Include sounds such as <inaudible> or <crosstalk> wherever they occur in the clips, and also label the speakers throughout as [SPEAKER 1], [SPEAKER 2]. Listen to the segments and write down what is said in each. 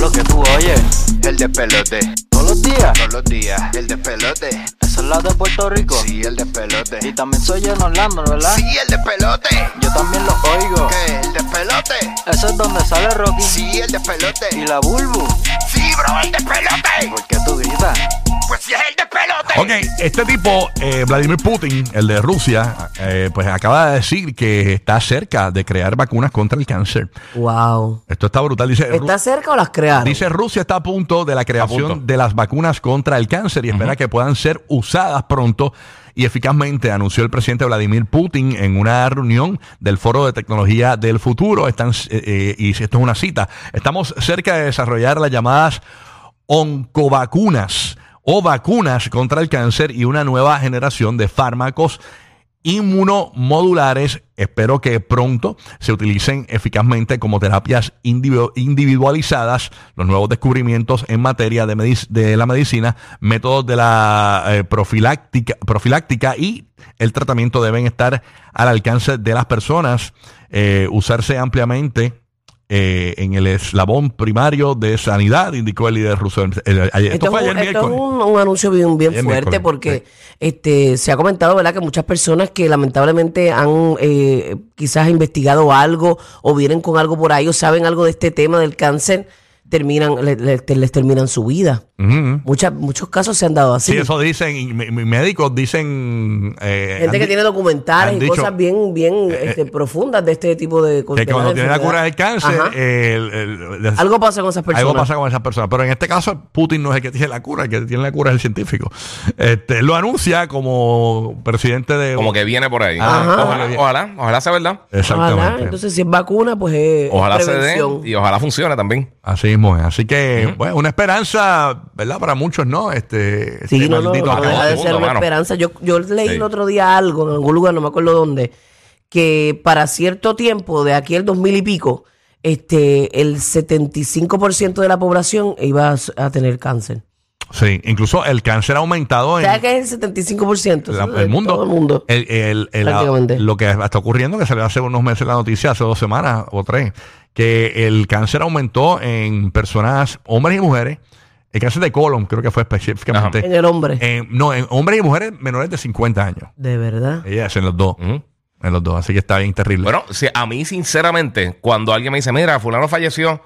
[SPEAKER 1] lo que tú oyes.
[SPEAKER 2] El despelote,
[SPEAKER 1] Todos los días.
[SPEAKER 2] todos los días, el despelote.
[SPEAKER 1] Eso es la de Puerto Rico.
[SPEAKER 2] Sí, el despelote.
[SPEAKER 1] Y también soy en Orlando, ¿verdad?
[SPEAKER 2] Sí, el despelote.
[SPEAKER 1] Yo también lo oigo.
[SPEAKER 2] ¿Qué? El despelote.
[SPEAKER 1] Eso es donde sale Rocky.
[SPEAKER 2] Sí, el
[SPEAKER 1] Y
[SPEAKER 2] despelote.
[SPEAKER 1] la Bulbu.
[SPEAKER 2] Sí, bro, el despelote.
[SPEAKER 1] ¿Por qué tú gritas?
[SPEAKER 2] Pues sí, es el despelote.
[SPEAKER 3] Ok, este tipo, eh, Vladimir Putin, el de Rusia, eh, pues acaba de decir que está cerca de crear vacunas contra el cáncer.
[SPEAKER 4] Wow.
[SPEAKER 3] Esto está brutal. Dice, Ru-
[SPEAKER 4] ¿Está cerca o las crearon?
[SPEAKER 3] dice Rusia está a punto de la creación
[SPEAKER 5] punto.
[SPEAKER 3] de las vacunas contra el cáncer y espera que puedan ser usadas pronto y eficazmente, anunció el presidente Vladimir Putin en una reunión del Foro de Tecnología del Futuro. Están, eh, eh, y esto es una cita. Estamos cerca de desarrollar las llamadas oncovacunas o vacunas contra el cáncer y una nueva generación de fármacos inmunomodulares. Espero que pronto se utilicen eficazmente como terapias individu- individualizadas los nuevos descubrimientos en materia de, medic- de la medicina, métodos de la eh, profiláctica, profiláctica y el tratamiento deben estar al alcance de las personas, eh, usarse ampliamente eh, en el eslabón primario de sanidad, indicó el líder ruso. El- el- ayer- esto
[SPEAKER 4] Esto,
[SPEAKER 3] fue
[SPEAKER 4] es,
[SPEAKER 3] ayer
[SPEAKER 4] un, esto es
[SPEAKER 3] miércoles.
[SPEAKER 4] un- un anuncio bien, bien
[SPEAKER 3] Ayer
[SPEAKER 4] fuerte
[SPEAKER 3] miércoles,
[SPEAKER 4] porque este se ha comentado, ¿verdad?, que muchas personas que lamentablemente han eh, quizás investigado algo o vienen con algo por ahí o saben algo de este tema del cáncer, terminan le- le- te- les terminan su vida.
[SPEAKER 3] Ujú.
[SPEAKER 4] Muchas, muchos casos se han dado así.
[SPEAKER 3] Sí, eso dicen, y mi- mis médicos dicen... eh,
[SPEAKER 4] Gente
[SPEAKER 3] han
[SPEAKER 4] que
[SPEAKER 3] di-
[SPEAKER 4] tiene
[SPEAKER 3] han
[SPEAKER 4] documentales y
[SPEAKER 3] dicho eh,
[SPEAKER 4] cosas bien, bien este, profundas de este tipo de cosas.
[SPEAKER 3] que cuando tiene la cura del cáncer,
[SPEAKER 4] Ajá.
[SPEAKER 3] eh, el- el- el-
[SPEAKER 4] algo pasa con esas personas.
[SPEAKER 3] algo pasa con esas personas. Pero en este caso, Putin no es el que tiene la cura, el que tiene la cura es el científico. Este, lo anuncia como presidente de...
[SPEAKER 5] Como que viene por ahí.
[SPEAKER 3] Ajá.
[SPEAKER 5] Ah, Ojalá, ojalá, ojalá sea verdad.
[SPEAKER 3] Exactamente.
[SPEAKER 4] Ojalá, entonces si es vacuna, pues es
[SPEAKER 5] Ojalá se dé
[SPEAKER 4] prevención.
[SPEAKER 5] y ojalá funcione también.
[SPEAKER 3] Así mismo es. Así que, bueno, una esperanza, ¿verdad? Para muchos, ¿no? Este,
[SPEAKER 4] Sí,
[SPEAKER 3] este
[SPEAKER 4] no, no,
[SPEAKER 3] maldito
[SPEAKER 4] no
[SPEAKER 3] apagón.
[SPEAKER 4] deja de ser
[SPEAKER 5] mundo,
[SPEAKER 4] una
[SPEAKER 5] mano.
[SPEAKER 4] esperanza. Yo, yo leí
[SPEAKER 5] Sí.
[SPEAKER 4] el otro día algo en algún lugar, no me acuerdo dónde, que para cierto tiempo, de aquí al 2000 y pico, este, el 75% de la población iba a, s- a tener cáncer.
[SPEAKER 3] Sí, incluso el cáncer ha aumentado en
[SPEAKER 4] ¿Sabes qué es el 75%?
[SPEAKER 3] la-
[SPEAKER 4] Eso es de
[SPEAKER 3] el mundo.
[SPEAKER 4] Todo el mundo.
[SPEAKER 3] El- el- el-
[SPEAKER 4] Prácticamente.
[SPEAKER 3] lo que está ocurriendo, que salió hace unos meses la noticia, hace dos semanas o tres, que el cáncer aumentó en personas, hombres y mujeres. El cáncer de colon, creo que fue
[SPEAKER 5] Este,
[SPEAKER 3] específicamente.
[SPEAKER 4] En el
[SPEAKER 5] eh,
[SPEAKER 4] hombre.
[SPEAKER 3] En- no, en hombres y mujeres menores de 50 años.
[SPEAKER 4] De verdad.
[SPEAKER 5] eh,
[SPEAKER 3] Ellas, en los dos.
[SPEAKER 5] Ujú.
[SPEAKER 3] En los dos. Así que está bien terrible.
[SPEAKER 5] Bueno, si a mí, sinceramente, cuando alguien me dice, mira, fulano falleció,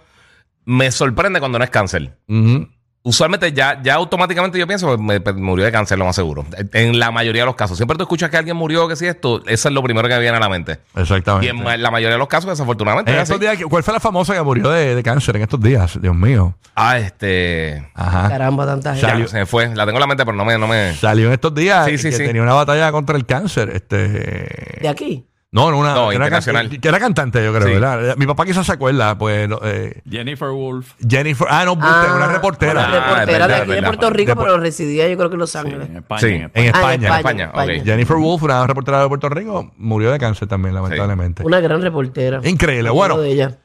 [SPEAKER 5] me sorprende cuando no es cáncer.
[SPEAKER 3] Ujú.
[SPEAKER 5] Usualmente ya, ya automáticamente yo pienso, pues, me, me murió de cáncer, lo más seguro. En la mayoría de los casos. Siempre tú escuchas que alguien murió, que si esto, eso es lo primero que me viene a la mente.
[SPEAKER 3] Exactamente.
[SPEAKER 5] Y en ma- la mayoría de los casos, desafortunadamente,
[SPEAKER 3] En
[SPEAKER 5] es
[SPEAKER 3] estos
[SPEAKER 5] así.
[SPEAKER 3] días, ¿cuál fue la famosa que murió de, de cáncer en estos días? Dios mío.
[SPEAKER 5] Ah, este...
[SPEAKER 3] Ajá.
[SPEAKER 4] Ah. Caramba, tanta gente.
[SPEAKER 5] Ya,
[SPEAKER 3] Salió.
[SPEAKER 5] se me fue. La tengo en la mente, pero no me... No me...
[SPEAKER 3] Salió en estos días
[SPEAKER 5] Sí, sí,
[SPEAKER 3] que
[SPEAKER 5] sí.
[SPEAKER 3] tenía una batalla contra el cáncer. Este,
[SPEAKER 4] De aquí.
[SPEAKER 3] no, no, una
[SPEAKER 5] No,
[SPEAKER 3] que era can-
[SPEAKER 5] internacional.
[SPEAKER 3] que era cantante, yo creo,
[SPEAKER 5] Sí.
[SPEAKER 3] ¿verdad? Mi papá quizás se acuerda, pues no, eh,
[SPEAKER 6] Jennifer Wolf.
[SPEAKER 3] Jennifer, ah, no,
[SPEAKER 4] Ah,
[SPEAKER 3] una reportera
[SPEAKER 4] una reportera
[SPEAKER 5] Ah, es verdad,
[SPEAKER 4] de
[SPEAKER 5] es
[SPEAKER 4] aquí de
[SPEAKER 5] verdad.
[SPEAKER 4] Puerto Rico,
[SPEAKER 3] Después-
[SPEAKER 4] pero residía yo creo que en Los Ángeles.
[SPEAKER 6] En España.
[SPEAKER 5] Sí.
[SPEAKER 6] en España.
[SPEAKER 3] en
[SPEAKER 4] Ah,
[SPEAKER 3] España.
[SPEAKER 5] España, ok.
[SPEAKER 3] Jennifer Wolf, una reportera de Puerto Rico, murió de cáncer también, lamentablemente.
[SPEAKER 4] Una gran reportera.
[SPEAKER 3] Increíble.
[SPEAKER 4] Me
[SPEAKER 3] Bueno,
[SPEAKER 4] acuerdo de ella.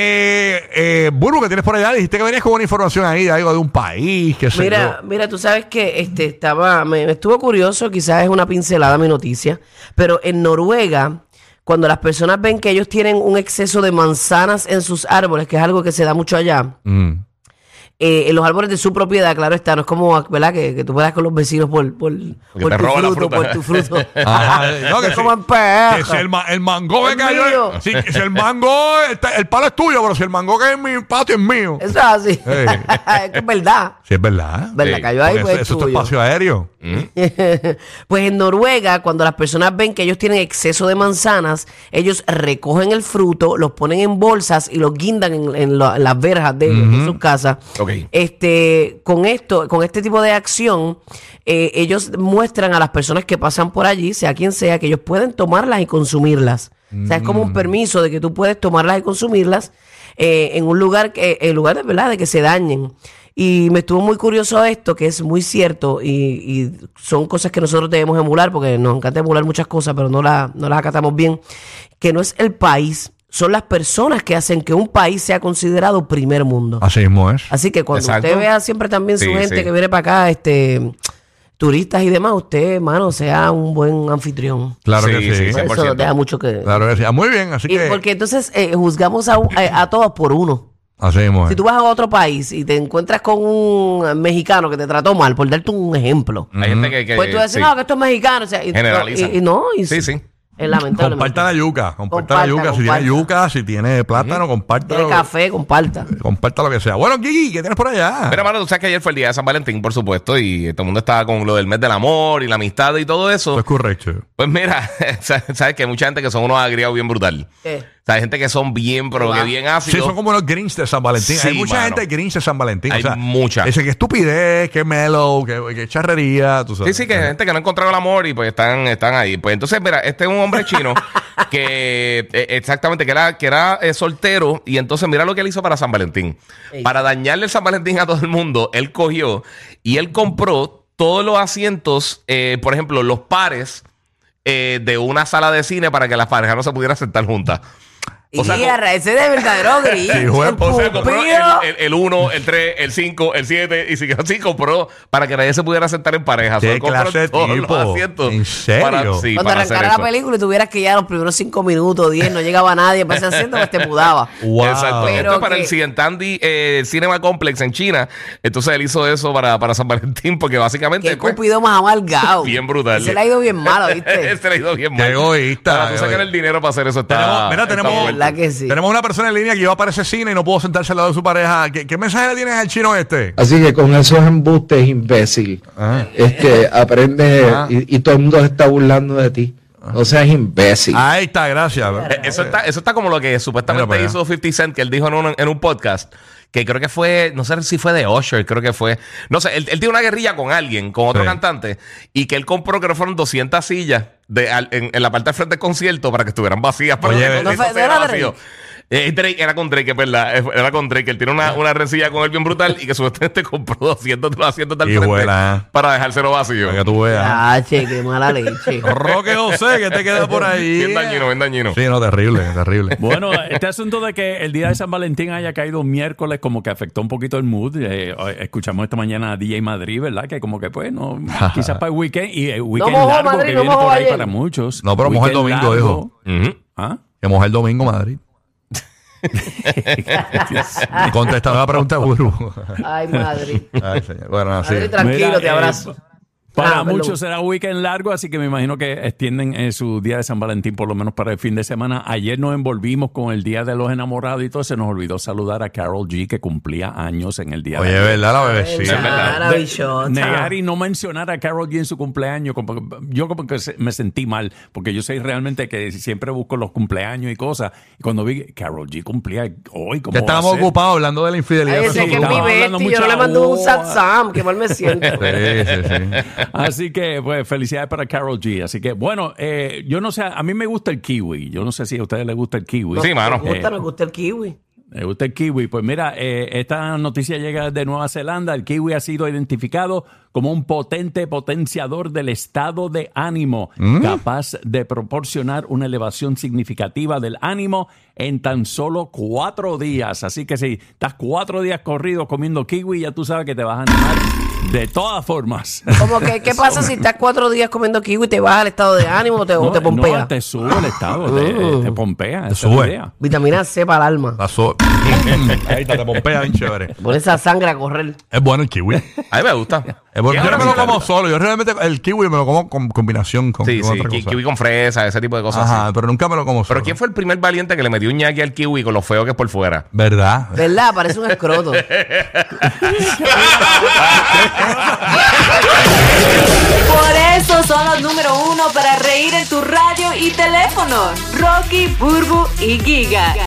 [SPEAKER 3] Eh, eh, Burbu, que tienes por allá, dijiste que venías con una información ahí de algo de un país, que sé
[SPEAKER 4] Mira,
[SPEAKER 3] yo.
[SPEAKER 4] mira, tú sabes que este estaba, me, me estuvo curioso, quizás es una pincelada mi noticia, pero en Noruega, cuando las personas ven que ellos tienen un exceso de manzanas en sus árboles, que es algo que se da mucho allá,
[SPEAKER 3] Mm.
[SPEAKER 4] eh, en los árboles de su propiedad, claro está, no es como, ¿verdad? Que, que tú puedas con los vecinos por, por, por
[SPEAKER 5] te
[SPEAKER 4] tu
[SPEAKER 5] roban la
[SPEAKER 4] fruto,
[SPEAKER 5] fruta.
[SPEAKER 4] por tu fruto.
[SPEAKER 3] <laughs> Ajá,
[SPEAKER 4] <laughs>
[SPEAKER 3] eh, no, que
[SPEAKER 4] Se
[SPEAKER 3] sí.
[SPEAKER 4] coman
[SPEAKER 3] Que si
[SPEAKER 4] peja.
[SPEAKER 3] el, ma- el mango me
[SPEAKER 4] Es
[SPEAKER 3] cayó.
[SPEAKER 4] mío.
[SPEAKER 3] Si, si el mango, este, el, ta- el palo es tuyo, pero si el mango que es en mi patio es mío.
[SPEAKER 4] Eso es así.
[SPEAKER 3] Ey.
[SPEAKER 4] <laughs> es que es verdad.
[SPEAKER 3] Sí, es verdad.
[SPEAKER 4] ¿Verdad?
[SPEAKER 5] Sí,
[SPEAKER 4] Cayó ahí,
[SPEAKER 3] Porque eso,
[SPEAKER 4] pues, es
[SPEAKER 3] eso es tu
[SPEAKER 4] tuyo.
[SPEAKER 3] espacio aéreo.
[SPEAKER 5] Mm.
[SPEAKER 4] Pues en Noruega, cuando las personas ven que ellos tienen exceso de manzanas, ellos recogen el fruto, los ponen en bolsas y los guindan en, en la- en las verjas de, de sus casas.
[SPEAKER 5] Ok.
[SPEAKER 4] Este, con esto, con este tipo de acción, eh, ellos muestran a las personas que pasan por allí, sea quien sea, que ellos pueden tomarlas y consumirlas. O sea, es como un permiso de que tú puedes tomarlas y consumirlas eh, en un lugar que, en lugar de verdad de que se dañen. Y me estuvo muy curioso esto, que es muy cierto, y, y son cosas que nosotros debemos emular, porque nos encanta emular muchas cosas, pero no, la- no las acatamos bien, que no es el país, son las personas que hacen que un país sea considerado primer mundo.
[SPEAKER 3] Así mismo es.
[SPEAKER 4] Así que cuando
[SPEAKER 5] Exacto.
[SPEAKER 4] usted vea siempre también su
[SPEAKER 5] Sí,
[SPEAKER 4] gente
[SPEAKER 5] sí.
[SPEAKER 4] que viene para acá, este turistas y demás, usted, hermano, sea un buen anfitrión.
[SPEAKER 3] Claro
[SPEAKER 5] Sí,
[SPEAKER 3] que sí.
[SPEAKER 5] sí, sí.
[SPEAKER 4] Eso
[SPEAKER 5] 100%.
[SPEAKER 4] nos deja mucho que...
[SPEAKER 3] Claro que sí. Ah, muy bien, así
[SPEAKER 4] Y
[SPEAKER 3] que.
[SPEAKER 4] porque entonces eh, juzgamos a, un- a- a eh, todos por uno.
[SPEAKER 3] Así mismo es.
[SPEAKER 4] Si tú vas a otro país y te encuentras con un mexicano que te trató mal, por darte un ejemplo,
[SPEAKER 5] Hay gente Mm, que. que-
[SPEAKER 4] pues tú decís,
[SPEAKER 5] sí,
[SPEAKER 4] no, que esto es mexicano. O sea, y,
[SPEAKER 5] Generaliza.
[SPEAKER 4] y- y no, y- eh,
[SPEAKER 5] Sí, sí.
[SPEAKER 4] Es lamentable.
[SPEAKER 3] Comparta la yuca, comparta la
[SPEAKER 4] Comparta,
[SPEAKER 3] yuca. Si
[SPEAKER 4] comparta.
[SPEAKER 3] tiene yuca, si tiene plátano, comparta.
[SPEAKER 4] Tiene
[SPEAKER 3] lo-
[SPEAKER 4] café, comparta.
[SPEAKER 3] Comparta lo que sea. Bueno, Kiki, ¿qué tienes por allá?
[SPEAKER 5] Pero, hermano, tú sabes que ayer fue el día de San Valentín, por supuesto, y eh, todo el mundo estaba con lo del mes del amor y la amistad y todo
[SPEAKER 3] Eso
[SPEAKER 5] eso.
[SPEAKER 3] es correcto.
[SPEAKER 5] Pues mira, <laughs> sabes que hay mucha gente que son unos agriados bien brutal.
[SPEAKER 4] Eh,
[SPEAKER 5] O sea, hay gente que son bien, pero que
[SPEAKER 4] Wow.
[SPEAKER 5] bien
[SPEAKER 3] Sí,
[SPEAKER 5] ácidos.
[SPEAKER 3] son como los Grinch de San Valentín.
[SPEAKER 5] Sí,
[SPEAKER 3] Hay mucha
[SPEAKER 5] mano.
[SPEAKER 3] gente Grinch de San Valentín.
[SPEAKER 5] Hay
[SPEAKER 3] o sea,
[SPEAKER 5] mucha.
[SPEAKER 3] Dice que estupidez, que mellow, que, que charrería. Tú
[SPEAKER 5] Sí,
[SPEAKER 3] sabes.
[SPEAKER 5] sí, que hay gente que no ha encontrado el amor y pues están, están ahí. Pues entonces, mira, este es un hombre chino que eh, exactamente, que era, que era eh, soltero y entonces mira lo que él hizo para San Valentín.
[SPEAKER 4] Ey.
[SPEAKER 5] Para dañarle el San Valentín a todo el mundo, él cogió y él compró todos los asientos, eh, por ejemplo, los pares eh, de una sala de cine para que las parejas no se pudieran sentar juntas.
[SPEAKER 4] Y
[SPEAKER 5] O sea, como-
[SPEAKER 4] arra, ese es verdadero
[SPEAKER 5] <laughs>
[SPEAKER 4] gris.
[SPEAKER 3] Sí, bueno,
[SPEAKER 5] O sea, compró
[SPEAKER 4] Pupilo.
[SPEAKER 5] el- el 1, el 3, el 5, el 7 y siguió así, compró para que nadie se pudiera sentar en pareja.
[SPEAKER 3] ¿Qué
[SPEAKER 5] Solo compró
[SPEAKER 3] clase de
[SPEAKER 5] todos los
[SPEAKER 3] tipo?
[SPEAKER 5] asientos
[SPEAKER 3] ¿En serio?
[SPEAKER 5] para- sí,
[SPEAKER 4] Cuando
[SPEAKER 5] para hacer
[SPEAKER 4] arrancara
[SPEAKER 5] eso.
[SPEAKER 4] la película y tuvieras que ya los primeros cinco minutos, diez, no llegaba nadie para ese asiento, pues te
[SPEAKER 5] <laughs>
[SPEAKER 4] mudaba.
[SPEAKER 3] Wow.
[SPEAKER 5] Exacto.
[SPEAKER 4] Pero
[SPEAKER 5] Esto es para
[SPEAKER 4] que-
[SPEAKER 5] el Cientandi eh, Cinema Complex en China. Entonces él hizo eso para, para San Valentín porque básicamente...
[SPEAKER 4] Qué
[SPEAKER 5] pues,
[SPEAKER 4] cupido más amargado.
[SPEAKER 5] Bien brutal.
[SPEAKER 4] Se le ha ido bien
[SPEAKER 5] <laughs>
[SPEAKER 4] malo, ¿viste?
[SPEAKER 5] se le ha ido bien
[SPEAKER 3] Qué
[SPEAKER 5] mal.
[SPEAKER 3] egoísta,
[SPEAKER 5] Para tú sacar
[SPEAKER 3] egoísta.
[SPEAKER 5] el dinero para hacer eso está...
[SPEAKER 3] Tenemos, mira,
[SPEAKER 5] está
[SPEAKER 3] tenemos,
[SPEAKER 5] fuerte.
[SPEAKER 4] La que sí.
[SPEAKER 3] tenemos una persona en línea que iba para ese cine y no pudo sentarse al lado de su pareja. ¿Qué, qué mensaje le tienes al chino este?
[SPEAKER 6] Así que con esos embustes, imbécil,
[SPEAKER 3] Ah.
[SPEAKER 6] este, aprende
[SPEAKER 3] Ah.
[SPEAKER 6] y, y todo el mundo se está burlando de ti. No seas imbécil.
[SPEAKER 3] Ahí está, gracias.
[SPEAKER 5] Eh, Eso está, eso está como lo que
[SPEAKER 3] Mira para
[SPEAKER 5] supuestamente
[SPEAKER 3] allá.
[SPEAKER 5] hizo 50 Cent, que él dijo en un, en un podcast, que creo que fue, no sé si fue de Usher, creo que fue, no sé, él, él tiene una guerrilla con alguien, con otro
[SPEAKER 3] Sí.
[SPEAKER 5] cantante, y que él compró, creo que fueron 200 sillas de, al- en, en la parte de frente del concierto para que estuvieran vacías. Pero
[SPEAKER 3] Oye,
[SPEAKER 5] que el
[SPEAKER 3] ¿no
[SPEAKER 5] concierto
[SPEAKER 4] fue-
[SPEAKER 5] se
[SPEAKER 4] no era
[SPEAKER 5] llenaba
[SPEAKER 4] Drake?
[SPEAKER 5] vacío. Eh, Drake, era con Drake, es verdad, eh, era con Drake, él tiene una, una rencilla con él bien brutal y que supuestamente <laughs> compró 200 de los asientos del
[SPEAKER 3] Y
[SPEAKER 5] frente
[SPEAKER 3] vuela, eh.
[SPEAKER 5] para dejárselo vacío.
[SPEAKER 3] Para que tú veas.
[SPEAKER 4] Ah, che, qué mala
[SPEAKER 5] <laughs>
[SPEAKER 4] leche.
[SPEAKER 3] Roque José, que te queda por ahí.
[SPEAKER 5] Bien dañino, bien dañino.
[SPEAKER 3] Sí, no, terrible, terrible.
[SPEAKER 7] Bueno, este asunto de que el día de San Valentín haya caído miércoles como que afectó un poquito el mood. Eh, escuchamos esta mañana a DJ Madrid, ¿verdad? Que como que pues
[SPEAKER 3] <laughs>
[SPEAKER 7] no, quizás para el weekend y el weekend
[SPEAKER 4] mojó,
[SPEAKER 7] largo
[SPEAKER 4] Madrid,
[SPEAKER 7] que
[SPEAKER 4] no
[SPEAKER 7] viene
[SPEAKER 4] mojó
[SPEAKER 7] por ahí
[SPEAKER 4] ayer.
[SPEAKER 7] para muchos.
[SPEAKER 3] No, pero mojó el
[SPEAKER 7] Weekend
[SPEAKER 3] domingo,
[SPEAKER 7] largo.
[SPEAKER 3] hijo.
[SPEAKER 5] Ujú.
[SPEAKER 7] ¿Ah?
[SPEAKER 3] Que mujer domingo
[SPEAKER 5] <laughs>
[SPEAKER 3] Madrid. Contestando la pregunta de Guru.
[SPEAKER 4] Ay, Madrid.
[SPEAKER 3] Ay, señor. Bueno, así.
[SPEAKER 4] Madrid,
[SPEAKER 3] es.
[SPEAKER 4] tranquilo,
[SPEAKER 7] Mira,
[SPEAKER 4] te
[SPEAKER 7] eh,
[SPEAKER 4] abrazo.
[SPEAKER 7] Para
[SPEAKER 4] Ah, perdón.
[SPEAKER 7] muchos será weekend largo, así que me imagino que extienden eh, su día de San Valentín por lo menos para el fin de semana. Ayer nos envolvimos con el día de los enamorados y todo. Se nos olvidó saludar a Carol G que cumplía años en el día
[SPEAKER 3] Oye,
[SPEAKER 7] de ayer.
[SPEAKER 3] ¿verdad la
[SPEAKER 5] es
[SPEAKER 3] bebecita?
[SPEAKER 5] verdad.
[SPEAKER 4] Maravilloso.
[SPEAKER 7] Negar y no mencionar a Carol G en su cumpleaños, como- yo como que se- me sentí mal, porque yo soy realmente que siempre busco los cumpleaños y cosas. Y cuando vi que Carol G cumplía hoy, como
[SPEAKER 3] Ya estábamos ocupados hablando de la infidelidad.
[SPEAKER 4] Ay,
[SPEAKER 3] de
[SPEAKER 4] ese
[SPEAKER 3] su
[SPEAKER 4] que es
[SPEAKER 7] Estaba
[SPEAKER 4] mi
[SPEAKER 3] grupo.
[SPEAKER 7] hablando
[SPEAKER 4] bestia, yo no
[SPEAKER 7] mucha
[SPEAKER 4] le mando un
[SPEAKER 7] boba.
[SPEAKER 4] satsam, que mal me
[SPEAKER 5] <laughs>
[SPEAKER 4] siento.
[SPEAKER 3] Sí, sí, sí.
[SPEAKER 7] <laughs> Así que, pues, felicidades para Carol G. Así que, bueno, eh, yo no sé, a mí me gusta el kiwi. Yo no sé si a ustedes les gusta el kiwi.
[SPEAKER 5] Sí, mano.
[SPEAKER 4] Me gusta,
[SPEAKER 7] Eh,
[SPEAKER 4] me gusta el kiwi.
[SPEAKER 7] Me gusta el kiwi. Pues mira, eh, esta noticia llega de Nueva Zelanda. El kiwi ha sido identificado como un potente potenciador del estado de ánimo,
[SPEAKER 4] Mm.
[SPEAKER 7] capaz de proporcionar una elevación significativa del ánimo en tan solo cuatro días. Así que si estás cuatro días corridos comiendo kiwi, ya tú sabes que te vas a animar de todas formas.
[SPEAKER 4] Como que, ¿qué pasa si estás cuatro días comiendo kiwi y te baja el estado de ánimo o <laughs> te, o
[SPEAKER 7] No,
[SPEAKER 4] te pompea? Uh.
[SPEAKER 7] no, te sube el estado, te, te pompea. esa es la
[SPEAKER 3] sube.
[SPEAKER 7] idea.
[SPEAKER 4] Vitamina C para el alma.
[SPEAKER 3] La so- Ahí está, te pompea bien chévere.
[SPEAKER 4] Pon esa sangre a correr.
[SPEAKER 3] Es bueno el kiwi. Es
[SPEAKER 5] A mí me gusta.
[SPEAKER 3] bueno. Yo no me lo
[SPEAKER 5] Sí,
[SPEAKER 3] como solo. Yo realmente el kiwi me lo como con combinación con,
[SPEAKER 5] Sí,
[SPEAKER 3] con
[SPEAKER 5] sí,
[SPEAKER 3] otra
[SPEAKER 5] ki-
[SPEAKER 3] cosa.
[SPEAKER 5] kiwi con fresa, ese tipo de cosas.
[SPEAKER 3] Ajá,
[SPEAKER 5] sí.
[SPEAKER 3] pero nunca me lo como solo.
[SPEAKER 5] Pero ¿quién fue el primer valiente que le metió un ñaqui al kiwi con lo feo que es
[SPEAKER 3] <laughs>
[SPEAKER 5] por fuera? <laughs>
[SPEAKER 3] ¿Verdad?
[SPEAKER 4] ¿Verdad? Parece un escroto.
[SPEAKER 8] Por eso son los número uno para reír en tu radio y teléfono. Rocky, Burbu y Giga.